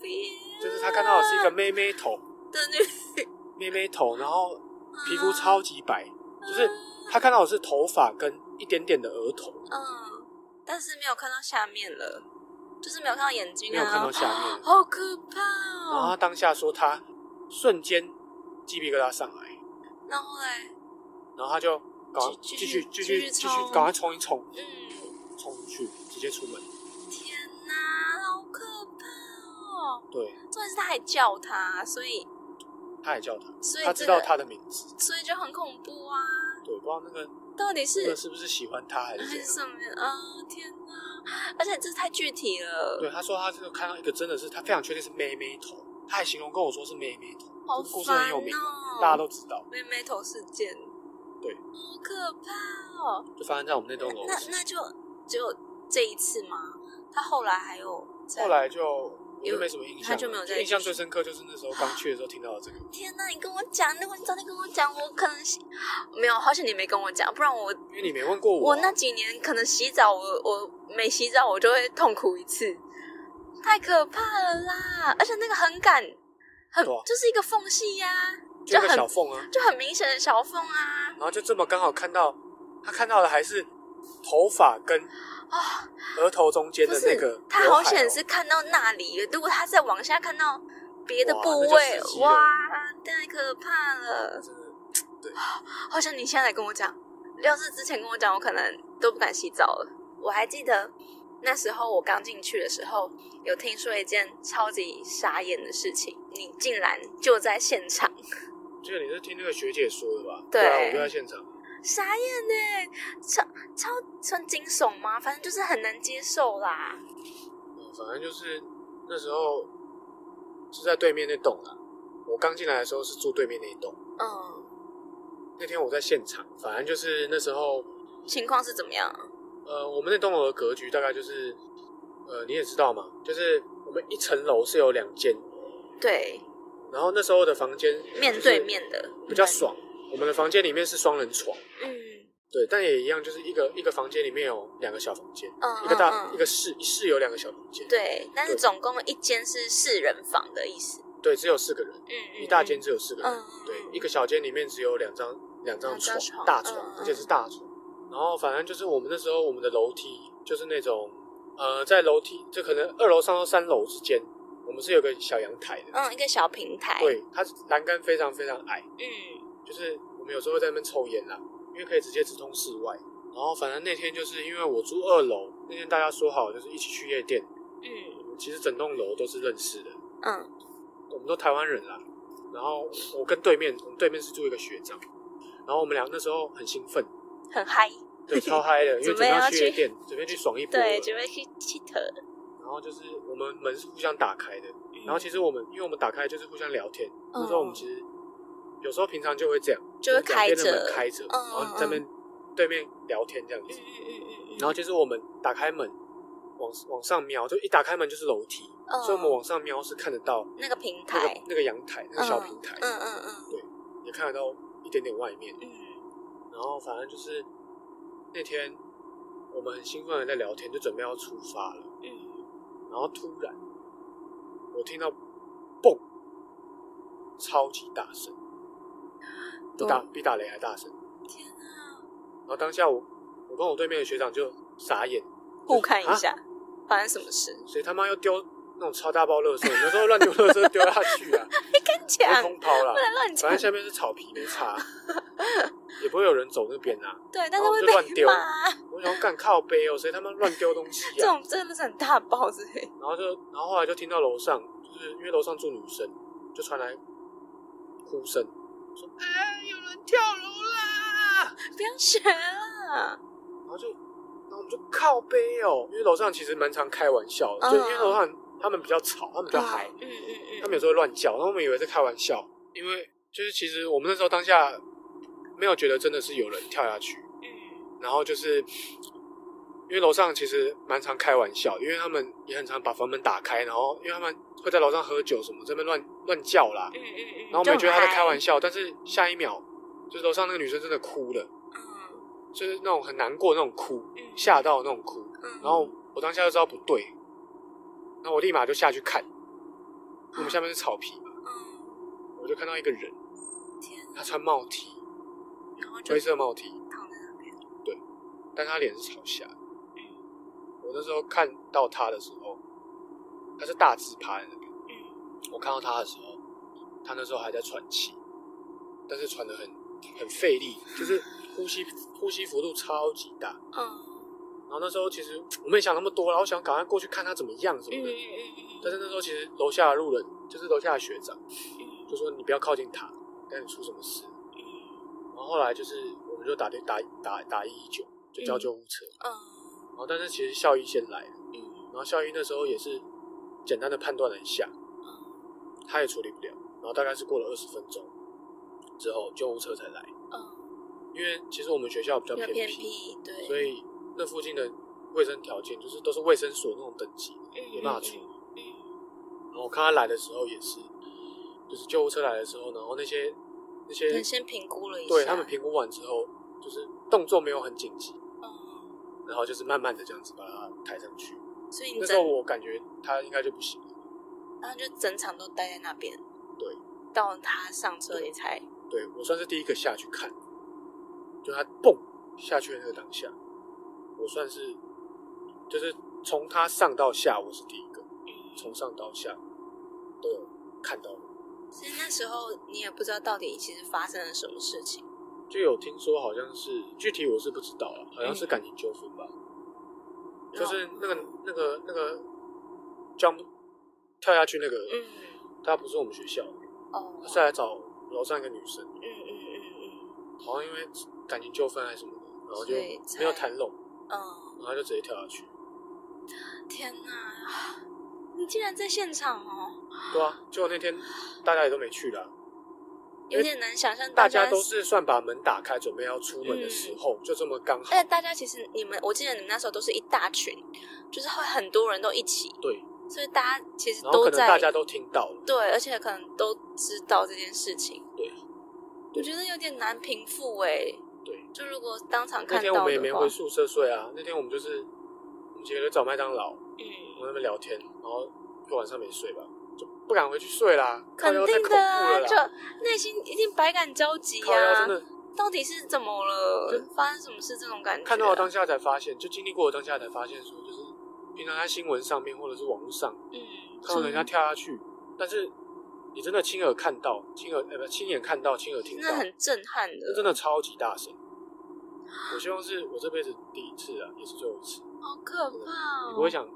Speaker 1: 边，
Speaker 3: 就是他看到的是一个妹妹头，
Speaker 1: 的女，啊
Speaker 3: 妹妹头，然后皮肤超级白，就是他看到的是头发跟一点点的额头，
Speaker 1: 嗯，但是没有看到下面了，就是没有看到眼睛啊，
Speaker 3: 没有看到下面。啊
Speaker 1: 好可怕
Speaker 3: 然
Speaker 1: 哦！
Speaker 3: 后他当下说他瞬间鸡皮疙瘩上来，
Speaker 1: 然后嘞，
Speaker 3: 然后他就赶快
Speaker 1: 继继
Speaker 3: 继续
Speaker 1: 续
Speaker 3: 继
Speaker 1: 继
Speaker 3: 续
Speaker 1: 续
Speaker 3: 继续
Speaker 1: 冲
Speaker 3: 赶快冲一冲，
Speaker 1: 嗯，
Speaker 3: 冲出去直接出门。
Speaker 1: 天哪，好可怕哦！
Speaker 3: 对，
Speaker 1: 重点是他还叫他，所以
Speaker 3: 他也叫他，
Speaker 1: 所以
Speaker 3: 他
Speaker 1: 这
Speaker 3: 知
Speaker 1: 个
Speaker 3: 道他的名字。
Speaker 1: 所以就很恐怖啊！
Speaker 3: 对，不知道那个
Speaker 1: 到底
Speaker 3: 那
Speaker 1: 是
Speaker 3: 个是不是喜欢他还
Speaker 1: 还是
Speaker 3: 是怎样？
Speaker 1: 什么？啊、天哪！而且这太具体
Speaker 3: 对，
Speaker 1: 了，
Speaker 3: 他说他这个看到一个真的是他非常确定是妹妹头，他还形容跟我说是妹妹头，
Speaker 1: 好
Speaker 3: 这个故事很
Speaker 1: 烦
Speaker 3: 有名，
Speaker 1: 哦！
Speaker 3: 大家都知道。
Speaker 1: 妹妹头事件，
Speaker 3: 对
Speaker 1: 好可怕哦！
Speaker 3: 就发生在我们那栋楼
Speaker 1: 那
Speaker 3: 时，
Speaker 1: 那就只有这一次吗？他后来还有再
Speaker 3: 后来就我
Speaker 1: 有
Speaker 3: 就没什么印象
Speaker 1: 他
Speaker 3: 了，
Speaker 1: 就没有再
Speaker 3: 印象最深刻就是那时候刚去的时候听到的这个，
Speaker 1: 天呐，你跟我讲，如果你早点跟我讲，我可能洗没有，好险你没跟我讲，不然我
Speaker 3: 因为你没问过我
Speaker 1: 我
Speaker 3: 啊
Speaker 1: 那几年可能洗澡，我我每洗澡我就会痛苦一次，太可怕了啦！而且那个很赶，很、
Speaker 3: 对啊
Speaker 1: 就是一个缝隙呀、
Speaker 3: 就一
Speaker 1: 就
Speaker 3: 个
Speaker 1: 很
Speaker 3: 小缝啊，
Speaker 1: 就很明显的小缝啊
Speaker 3: 然后就这么刚好看到他看到的还是头发跟
Speaker 1: 啊！
Speaker 3: 额头中间
Speaker 1: 不
Speaker 3: 的
Speaker 1: 是，
Speaker 3: 那个，哦
Speaker 1: 他好险是，看到那里，如果他再往下看到别的
Speaker 3: 哇
Speaker 1: 部
Speaker 3: 那就
Speaker 1: 位
Speaker 3: 死，机了
Speaker 1: 哇，太可怕了！好像你现在来跟我讲，要是之前跟我讲，我可能都不敢洗澡了。我还记得那时候我刚进去的时候，有听说一件超级傻眼的事情，你竟然就在现场，
Speaker 3: 这个你是听那个学姐说的吧？
Speaker 1: 对
Speaker 3: 啊，我就在现场，
Speaker 1: 傻眼呢、超超算惊悚吗？反正就是很难接受啦。
Speaker 3: 嗯反正就是那时候是在对面那栋啦。我刚进来的时候是住对面那一栋，
Speaker 1: 嗯，
Speaker 3: 那天我在现场，反正就是那时候
Speaker 1: 情况是怎么样？啊
Speaker 3: 呃，我们那栋楼的格局大概就是，呃，你也知道嘛，就是我们一层楼是有两间，
Speaker 1: 对，
Speaker 3: 然后那时候的房间
Speaker 1: 面对面的
Speaker 3: 比较，爽，我们的房间里面是双人床，
Speaker 1: 嗯
Speaker 3: 对，但也一样，就是一个一个房间里面有两个小房间，
Speaker 1: 嗯，
Speaker 3: 一个
Speaker 1: 嗯
Speaker 3: 大
Speaker 1: 嗯
Speaker 3: 一个室一室有两个小房间，
Speaker 1: 对，但是
Speaker 3: 对
Speaker 1: 总共一间是四人房的意思，
Speaker 3: 对，只有四个人，
Speaker 1: 嗯，嗯
Speaker 3: 一大
Speaker 1: 嗯
Speaker 3: 间只有四个
Speaker 1: 嗯
Speaker 3: 人，
Speaker 1: 嗯
Speaker 3: 对
Speaker 1: 嗯，
Speaker 3: 一个小间里面只有两张两张
Speaker 1: 两张
Speaker 3: 床，
Speaker 1: 床
Speaker 3: 大床，
Speaker 1: 嗯嗯
Speaker 3: 而且是大床。然后反正就是我们那时候我们的楼梯就是那种，呃，在楼梯就可能二楼上到三楼之间，我们是有个小阳台的，
Speaker 1: 嗯，一个小平台，
Speaker 3: 对，它栏杆非常非常矮，
Speaker 1: 嗯，
Speaker 3: 就是我们有时候会在那边抽烟啦，因为可以直接直通室外。然后反正那天就是因为我住二楼，那天大家说好就是一起去夜店，
Speaker 1: 嗯
Speaker 3: 其实整栋楼都是认识的，
Speaker 1: 嗯
Speaker 3: 我们都台湾人啦。啊然后我跟对面，我们对面是住一个学长，然后我们俩那时候很兴奋，
Speaker 1: 嗯，很嗨，
Speaker 3: 对，超嗨的，因为
Speaker 1: 准备
Speaker 3: 准备
Speaker 1: 要
Speaker 3: 要
Speaker 1: 去
Speaker 3: 去夜店，准备去爽一波了。
Speaker 1: 对，准备去 cheat，
Speaker 3: 然后就是我们门是互相打开的，
Speaker 1: 嗯
Speaker 3: 然后其实我们因为我们打开就是互相聊天，那时候我们其实有时候平常就会这样，
Speaker 1: 就会
Speaker 3: 两边
Speaker 1: 开
Speaker 3: 的门
Speaker 1: 着
Speaker 3: 开着，
Speaker 1: 嗯
Speaker 3: 然后你在面对面聊天这样
Speaker 1: 嗯
Speaker 3: 子。
Speaker 1: 嗯嗯嗯，
Speaker 3: 然后就是我们打开门往往上瞄，就一打开门就是楼梯，
Speaker 1: 嗯
Speaker 3: 所以我们往上瞄是看得到
Speaker 1: 那个平
Speaker 3: 那
Speaker 1: 台
Speaker 3: 个，那个阳台，那个小平台，
Speaker 1: 嗯嗯嗯
Speaker 3: 也看得到一点点外面。
Speaker 1: 嗯
Speaker 3: 然后反正就是那天我们很兴奋的在聊天，就准备要出发了。
Speaker 1: 嗯
Speaker 3: 然后突然我听到嘣，超级大声，比打比打雷还大声。
Speaker 1: 嗯，天啊，
Speaker 3: 然后当下我我跟我对面的学长就傻眼，
Speaker 1: 互看一
Speaker 3: 啊
Speaker 1: 下发生什么事，
Speaker 3: 谁他妈又丢那种超大包垃圾？有时候乱丢垃圾丢下 去啊，
Speaker 1: 讲
Speaker 3: 会空抛啦
Speaker 1: 不。能乱
Speaker 3: 反
Speaker 1: 讲
Speaker 3: 正，下面是草皮，没差，也不会有人走那边啊。
Speaker 1: 对，但是
Speaker 3: 然后
Speaker 1: 会
Speaker 3: 就乱
Speaker 1: 被
Speaker 3: 丢
Speaker 1: 骂，
Speaker 3: 我想干靠背哦，谁他妈乱丢东西
Speaker 1: 这
Speaker 3: 啊？
Speaker 1: 种真的是很大包子，
Speaker 3: 然后就，然后后来就听到楼上，就是因为楼上住女生，就传来哭声，说：“哎，有人跳楼啦！”
Speaker 1: 不要学啊，
Speaker 3: 然后就，然后我们就靠背哦，因为楼上其实蛮常开玩笑的，
Speaker 1: 嗯
Speaker 3: 就因为楼上他们比较吵，他们比较嗨，
Speaker 1: 嗯嗯
Speaker 3: 他
Speaker 1: 嗯
Speaker 3: 们有时候会乱叫，然后我们以为是开玩笑，因为就是其实我们那时候当下没有觉得真的是有人跳下去，
Speaker 1: 嗯，
Speaker 3: 然后就是因为楼上其实蛮常开玩笑，因为他们也很常把房门打开，然后因为他们会在楼上喝酒什么，这边乱乱叫啦
Speaker 1: 嗯。嗯嗯，
Speaker 3: 然后我们也觉得他在开玩
Speaker 1: 笑，
Speaker 3: 笑，但是下一秒就是楼上那个女生真的哭了，
Speaker 1: 嗯
Speaker 3: 就是那种很难过那种哭，
Speaker 1: 嗯
Speaker 3: 吓到那种哭。
Speaker 1: 嗯，
Speaker 3: 然后我当下就知道不对，那我立马就下去看，我们下面是草皮嘛，
Speaker 1: 嗯，
Speaker 3: 我就看到一个人，
Speaker 1: 天
Speaker 3: 他穿帽 T，
Speaker 1: 然后就
Speaker 3: 灰色帽 T，
Speaker 1: 躺在那边，
Speaker 3: 但他脸是朝下的。
Speaker 1: 嗯
Speaker 3: 我那时候看到他的时候，他是大致趴在那边。
Speaker 1: 嗯，
Speaker 3: 我看到他的时候，他那时候还在喘气，但是喘得很很费力，就是呼吸呼吸幅度超级大。
Speaker 1: 嗯，
Speaker 3: 然后那时候其实我没想那么多，然后想赶快过去看他怎么样什
Speaker 1: 嗯
Speaker 3: 么的。
Speaker 1: 嗯
Speaker 3: 但是那时候其实楼下的路人，就是楼下的学长，
Speaker 1: 嗯
Speaker 3: 就说你不要靠近他，但你出什么事。然后后来就是我们就打电打打打一一九，就叫救护车。
Speaker 1: 嗯
Speaker 3: 然后但是其实校医先来的，
Speaker 1: 嗯
Speaker 3: 然后校医那时候也是简单的判断了一下，
Speaker 1: 嗯
Speaker 3: 他也处理不了。然后大概是过了二十分钟之后，救护车才来。
Speaker 1: 嗯，
Speaker 3: 因为其实我们学校比较
Speaker 1: 比较偏
Speaker 3: 僻，
Speaker 1: 僻，对，
Speaker 3: 所以那附近的卫生条件就是都是卫生所那种等级，
Speaker 1: 嗯
Speaker 3: 没办法处理。
Speaker 1: 嗯
Speaker 3: 然后我看他来的时候也是，就是救护车来的时候，然后那些那些
Speaker 1: 他先评估了一下，
Speaker 3: 对他们评估完之后，就是动作没有很紧急，
Speaker 1: 嗯，
Speaker 3: 然后就是慢慢的这样子把他抬上去。
Speaker 1: 所以你
Speaker 3: 那时候
Speaker 1: 整，
Speaker 3: 我感觉他应该就不行了，
Speaker 1: 然后就整场都待在那边，
Speaker 3: 对，
Speaker 1: 到他上车你才，
Speaker 3: 对我算是第一个下去看，就他蹦下去的那个当下，我算是就是从他上到下我是第一个，从上到下都有看到，
Speaker 1: 其实那时候你也不知道到底其实发生了什么事情，
Speaker 3: 就有听说好像是具体我是不知道了，好
Speaker 1: 嗯
Speaker 3: 像是感情纠纷吧，就是那个那个那个 jump 跳下去那个，
Speaker 1: 嗯，
Speaker 3: 他不是我们学校的，
Speaker 1: 哦，
Speaker 3: 他是来找楼上一个女生，
Speaker 1: 嗯嗯
Speaker 3: 好像因为感情纠纷还是什么的，然后就
Speaker 1: 所以才
Speaker 3: 没有谈拢，
Speaker 1: 嗯嗯
Speaker 3: 然后他就直接跳下去。
Speaker 1: 嗯，天哪，你竟然在现场哦，
Speaker 3: 对啊，结果那天大家也都没去啦，
Speaker 1: 有点难想象
Speaker 3: 大
Speaker 1: 家嗯
Speaker 3: 家都是算把门打开，准备要出门的时候，就这么刚好。
Speaker 1: 而且大家其实你们，我记得你们那时候都是一大群，就是会很多人都一起，
Speaker 3: 对，
Speaker 1: 所以大家其实
Speaker 3: 然后
Speaker 1: 都
Speaker 3: 可能
Speaker 1: 在
Speaker 3: 大家都听到了，
Speaker 1: 对，而且可能都知道这件事情。
Speaker 3: 对，
Speaker 1: 我觉得有点难平复哎、
Speaker 3: 对，
Speaker 1: 就如果当场
Speaker 3: 那
Speaker 1: 看
Speaker 3: 天
Speaker 1: 到
Speaker 3: 我
Speaker 1: 的话，
Speaker 3: 们也没回宿舍睡啊，那天我们就是我们几个人找麦当劳，我
Speaker 1: 嗯，
Speaker 3: 们在那边聊天，然后一晚上没睡吧，就不敢回去睡啦，靠
Speaker 1: 肯
Speaker 3: 腰太
Speaker 1: 定
Speaker 3: 恐怖
Speaker 1: 的啊，
Speaker 3: 了啦，
Speaker 1: 就内心一定百感交集
Speaker 3: 靠腰真
Speaker 1: 啊，
Speaker 3: 的
Speaker 1: 到底是怎么了？发生什么事？这种感觉啊、
Speaker 3: 看到我当下才发现，就经历过我当下才发现说，就是平常在新闻上面或者是网络上
Speaker 1: 嗯，
Speaker 3: 看到人家跳下去，但是你真的亲耳看到，亲耳呃不亲眼看到，亲耳听
Speaker 1: 真的
Speaker 3: 到，
Speaker 1: 很震撼
Speaker 3: 那
Speaker 1: 的，
Speaker 3: 真的超级大声。我希望是我这辈子第一次啊，也是最后一次。
Speaker 1: 好可怕、哦！
Speaker 3: 你不会想，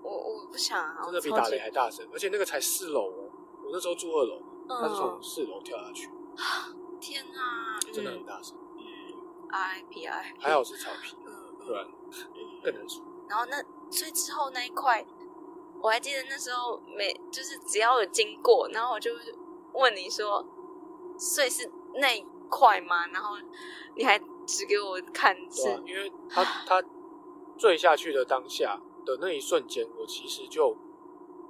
Speaker 1: 我我不想啊，
Speaker 3: 真的比
Speaker 1: 我超
Speaker 3: 打
Speaker 1: 级
Speaker 3: 雷还大声，而且那个才四楼哦，我那时候住二楼，他是从
Speaker 1: 嗯，
Speaker 3: 四楼跳下去，
Speaker 1: 天啊，
Speaker 3: 真的
Speaker 1: 嗯
Speaker 3: 很大声。
Speaker 1: RIP RIP，
Speaker 3: 还好是草皮，
Speaker 1: 嗯，
Speaker 3: 不然更难说。
Speaker 1: 然后那所以之后那一块，我还记得那时候每就是只要有经过，然后我就问你说，所以是那一块吗？然后你还指给我看是，
Speaker 3: 对啊，因为他他坠下去的当下的那一瞬间，我其实就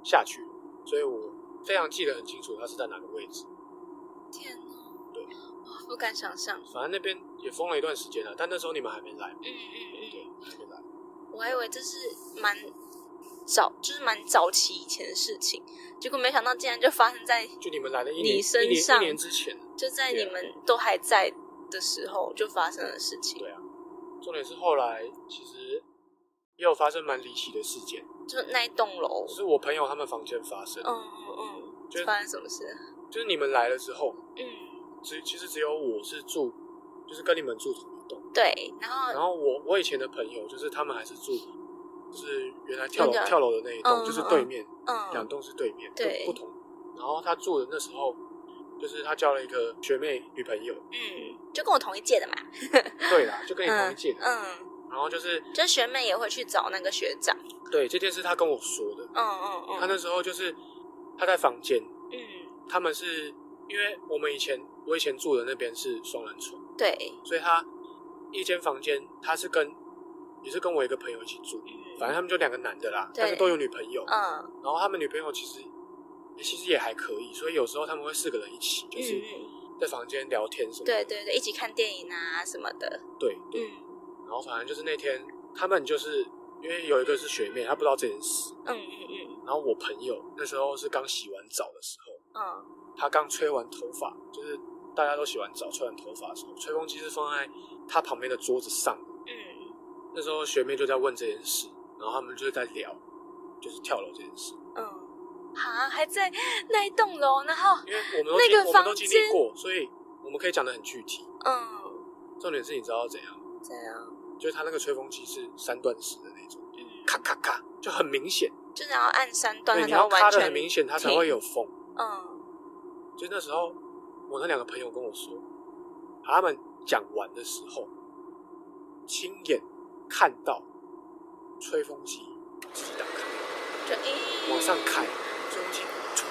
Speaker 3: 下去了，所以我非常记得很清楚，他是在哪个位置。
Speaker 1: 天哪，
Speaker 3: 对
Speaker 1: 哇，不敢想象，
Speaker 3: 反正那边也封了一段时间了，但那时候你们还没来，
Speaker 1: 嗯嗯
Speaker 3: 对，还没来。
Speaker 1: 嗯，我还以为这是蛮早，就是蛮早期以前的事情，结果没想到竟然就发生在
Speaker 3: 就你们来的一
Speaker 1: 你
Speaker 3: 年
Speaker 1: 身
Speaker 3: 一年
Speaker 1: 上
Speaker 3: 一年之前，
Speaker 1: 就在
Speaker 3: 对
Speaker 1: 你
Speaker 3: 啊
Speaker 1: 们都还在的时候就发生的事情，
Speaker 3: 对啊。重点是后来其实也有发生蛮离奇的事件，
Speaker 1: 就那一栋楼，
Speaker 3: 是我朋友他们房间发生，
Speaker 1: 嗯嗯嗯，
Speaker 3: 就是
Speaker 1: 发生什么事？
Speaker 3: 就是你们来了之后，
Speaker 1: 嗯，
Speaker 3: 只其实只有我是住，就是跟你们住同一栋。
Speaker 1: 对，然后
Speaker 3: 然后我我以前的朋友，就是他们还是住，就是原来跳楼
Speaker 1: 那个
Speaker 3: 跳楼的那一
Speaker 1: 嗯
Speaker 3: 栋，就是对面、两
Speaker 1: 嗯
Speaker 3: 栋是对面，
Speaker 1: 对
Speaker 3: 不不同。然后他住的那时候，就是他交了一个学妹女朋友，
Speaker 1: 嗯，就跟我同一届的嘛，
Speaker 3: 对啦，就跟你同一届的。
Speaker 1: 嗯，
Speaker 3: 然后就是
Speaker 1: 就学妹也会去找那个学长，
Speaker 3: 对这件事，他跟我说的。
Speaker 1: 嗯嗯
Speaker 3: 他
Speaker 1: 嗯
Speaker 3: 那时候就是他在房间，
Speaker 1: 嗯，
Speaker 3: 他们是因为我们以前我以前住的那边是双人床，
Speaker 1: 对，
Speaker 3: 所以他一间房间他是跟也是跟我一个朋友一起住，
Speaker 1: 嗯
Speaker 3: 反正他们就两个男的啦，
Speaker 1: 对
Speaker 3: 但是都有女朋友。
Speaker 1: 嗯
Speaker 3: 然后他们女朋友其实其实也还可以，所以有时候他们会四个人一起，
Speaker 1: 嗯
Speaker 3: 就是
Speaker 1: 嗯，
Speaker 3: 在房间聊天什么
Speaker 1: 对
Speaker 3: 的。
Speaker 1: 对对，一起看电影啊什么的，
Speaker 3: 对对
Speaker 1: 嗯
Speaker 3: 然后反正就是那天他们就是因为有一个是学妹，她不知道这件事。
Speaker 1: 嗯嗯嗯
Speaker 3: 然后我朋友那时候是刚洗完澡的时候，
Speaker 1: 嗯，
Speaker 3: 他刚吹完头发，就是大家都洗完澡吹完头发的时候，吹风机是放在他旁边的桌子上。
Speaker 1: 嗯
Speaker 3: 那时候学妹就在问这件事，然后他们就在聊，就是跳楼这件事。
Speaker 1: 嗯，啊，还在那一栋楼，然后
Speaker 3: 因为我们都
Speaker 1: 那
Speaker 3: 经
Speaker 1: 个
Speaker 3: 我
Speaker 1: 房
Speaker 3: 们都经
Speaker 1: 间
Speaker 3: 历过，所以我们可以讲的很具体。
Speaker 1: 嗯，
Speaker 3: 重点是你知道怎样？
Speaker 1: 这样，
Speaker 3: 就是他那个吹风机是三段式的那种，
Speaker 1: 嗯，
Speaker 3: 咔咔咔，就很明显。
Speaker 1: 就是要按三段，
Speaker 3: 对，
Speaker 1: 它
Speaker 3: 你
Speaker 1: 才
Speaker 3: 要
Speaker 1: 会完
Speaker 3: 咔的
Speaker 1: 全
Speaker 3: 很明显，它才会有风。
Speaker 1: 嗯
Speaker 3: 就那时候，我那两个朋友跟我说，他们讲完的时候，亲眼看到吹风机自己打开，
Speaker 1: 就咦，
Speaker 3: 往上开，吹风机，冲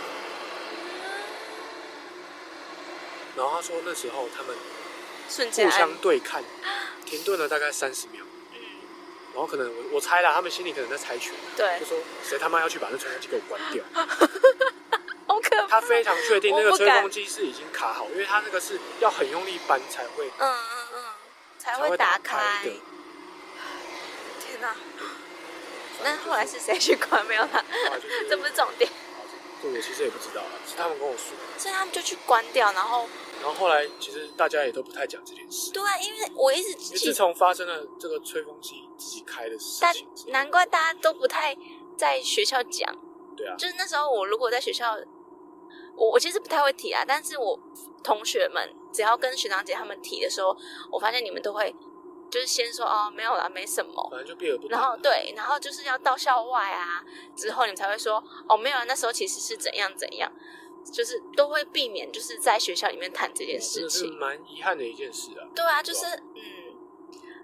Speaker 3: 然后他说那时候他们
Speaker 1: 瞬间
Speaker 3: 互
Speaker 1: 按
Speaker 3: 相对看，停顿了大概三十秒，
Speaker 1: 嗯，
Speaker 3: 然后可能我我猜啦，他们心里可能在猜拳，
Speaker 1: 对
Speaker 3: 就，说谁他妈要去把那吹风机给我关 掉？
Speaker 1: 好可怕，
Speaker 3: 他非常确定那
Speaker 1: 我
Speaker 3: 个
Speaker 1: 不
Speaker 3: 吹
Speaker 1: 敢
Speaker 3: 风机是已经卡好，因为他那个是要很用力扳才会
Speaker 1: 嗯嗯嗯，才
Speaker 3: 才
Speaker 1: 会
Speaker 3: 会
Speaker 1: 打
Speaker 3: 开
Speaker 1: 开
Speaker 3: 的。。
Speaker 1: 天哪、那后来是谁去关？没有啦，
Speaker 3: 后来就是
Speaker 1: 这不是重点。
Speaker 3: 这我其实也不知道啊，是他们跟我说。
Speaker 1: 所以他们就去关掉，然后
Speaker 3: 然后后来其实大家也都不太讲这件事，
Speaker 1: 对啊，因为我一直
Speaker 3: 因为自
Speaker 1: 记，
Speaker 3: 从发生了这个吹风机自己开的事
Speaker 1: 但
Speaker 3: 情之后，
Speaker 1: 难怪大家都不太在学校讲。
Speaker 3: 对啊，
Speaker 1: 就是那时候我如果在学校，我我其实不太会提啊，但是我同学们只要跟学长姐他们提的时候，我发现你们都会就是先说哦没有啦，没什么，
Speaker 3: 反正就避而不
Speaker 1: 然
Speaker 3: 谈。
Speaker 1: 后对，然后就是要到校外啊，之后你才会说哦，没有啊，那时候其实是怎样怎样，就是都会避免就是在学校里面谈这件
Speaker 3: 真
Speaker 1: 事
Speaker 3: 的哦是
Speaker 1: 情。
Speaker 3: 蛮遗憾的一件事啊，
Speaker 1: 对啊，就是嗯，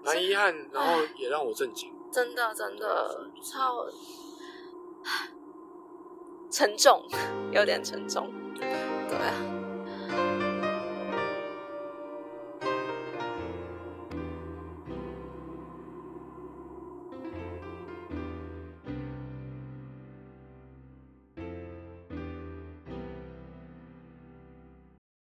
Speaker 3: 蛮遗憾，然后也让我震惊。
Speaker 1: 真的真的超 沉重，有点沉重。对啊，